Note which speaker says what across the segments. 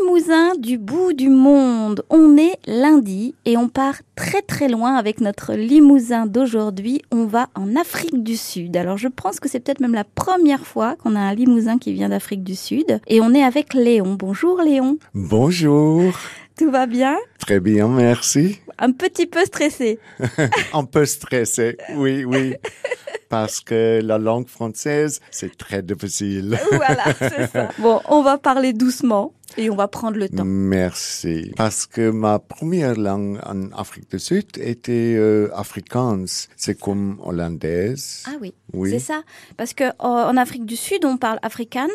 Speaker 1: Limousin du bout du monde. On est lundi et on part très très loin avec notre limousin d'aujourd'hui. On va en Afrique du Sud. Alors je pense que c'est peut-être même la première fois qu'on a un limousin qui vient d'Afrique du Sud. Et on est avec Léon. Bonjour Léon.
Speaker 2: Bonjour,
Speaker 1: Tout va bien
Speaker 2: très bien, merci.
Speaker 1: Un petit peu stressé.
Speaker 2: On peut stresser, oui, oui, parce que la langue française, c'est très difficile.
Speaker 1: Voilà, c'est ça. Bon, on va parler doucement et on va prendre le temps.
Speaker 2: Merci. Parce que ma première langue en Afrique du Sud était euh, afrikaans. C'est comme hollandaise.
Speaker 1: Ah oui,
Speaker 2: Oui.
Speaker 1: c'est ça. Parce que euh, en Afrique du Sud, on parle afrikaans,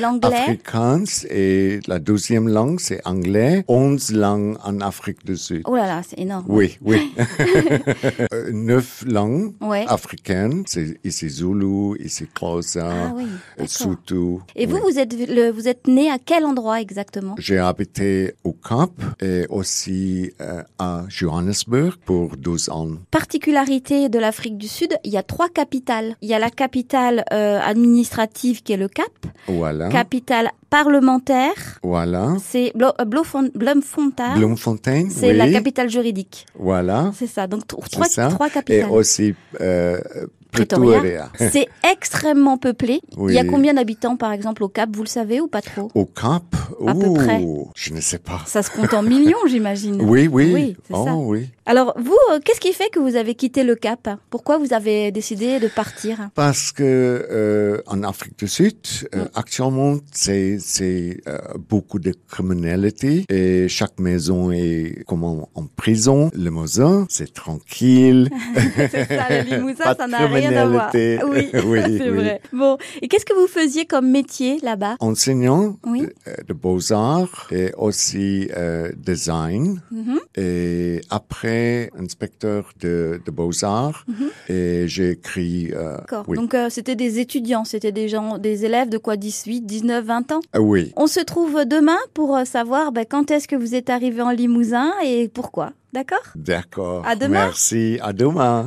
Speaker 1: l'anglais.
Speaker 2: Afrikaans et la deuxième langue, c'est anglais. Onze langues en Afrique du Sud.
Speaker 1: Oh là là, c'est énorme.
Speaker 2: Oui, oui. Euh, Neuf langues
Speaker 1: Ouais.
Speaker 2: africaines. C'est ici Zulu, ici Xhosa,
Speaker 1: Ah oui,
Speaker 2: euh,
Speaker 1: d'accord.
Speaker 2: Hutu.
Speaker 1: Et vous,
Speaker 2: Oui.
Speaker 1: vous êtes, le- vous êtes né à quel endroit exactement
Speaker 2: J'ai habité au Cap et aussi euh, à Johannesburg pour 12 ans.
Speaker 1: Particularité de l'Afrique du Sud, il y a trois capitales. Il y a la capitale euh, administrative qui est le Cap, Hein
Speaker 2: Voilà.
Speaker 1: capitale parlementaire,
Speaker 2: Voilà.
Speaker 1: c'est Blo- euh, Blofon- Bloemfontein,
Speaker 2: Bloemfontein,
Speaker 1: Ah, c'est
Speaker 2: oui.
Speaker 1: la capitale juridique.
Speaker 2: Voilà.
Speaker 1: C'est ça, donc tr-
Speaker 2: C'est
Speaker 1: trois,
Speaker 2: ça.
Speaker 1: trois
Speaker 2: Et
Speaker 1: capitales.
Speaker 2: aussi euh,
Speaker 1: Pretoria.
Speaker 2: Pretoria.
Speaker 1: C'est extrêmement peuplé.
Speaker 2: Oui.
Speaker 1: Il y a combien d'habitants par exemple au Cap, vous le savez ou pas trop
Speaker 2: Au Cap,
Speaker 1: À peu
Speaker 2: ouh,
Speaker 1: près.
Speaker 2: je ne sais pas.
Speaker 1: Ça se compte en millions, j'imagine.
Speaker 2: Oui, oui.
Speaker 1: Oui, c'est
Speaker 2: oh
Speaker 1: ça.
Speaker 2: oui.
Speaker 1: Alors vous, euh, qu'est-ce qui fait que vous avez quitté le Cap Pourquoi vous avez décidé de partir
Speaker 2: Parce que euh, en Afrique du Sud, euh, actuellement, c'est c'est euh, beaucoup de criminalité et chaque maison est comme en, en prison. Le Mosin, c'est tranquille.
Speaker 1: C'est ça, le limousin,
Speaker 2: Pas
Speaker 1: ça
Speaker 2: de
Speaker 1: n'a rien à voir.
Speaker 2: criminalité.
Speaker 1: Oui,
Speaker 2: Oui,
Speaker 1: c'est
Speaker 2: oui.
Speaker 1: vrai. Bon, et qu'est-ce que vous faisiez comme métier là-bas
Speaker 2: Enseignant
Speaker 1: Oui.
Speaker 2: de, euh, de beaux-arts et aussi euh, design.
Speaker 1: Mhm.
Speaker 2: Et après, inspecteur de, de beaux-arts.
Speaker 1: Mhm.
Speaker 2: Et j'ai écrit... euh,
Speaker 1: D'accord.
Speaker 2: oui.
Speaker 1: Donc euh, c'était des étudiants, c'était des gens, des élèves de quoi 18, 19, 20 ans.
Speaker 2: Ah oui.
Speaker 1: On se trouve demain pour euh, savoir ben, quand est-ce que vous êtes arrivé en Limousin et pourquoi. D'accord
Speaker 2: D'accord.
Speaker 1: À demain.
Speaker 2: Merci. À demain.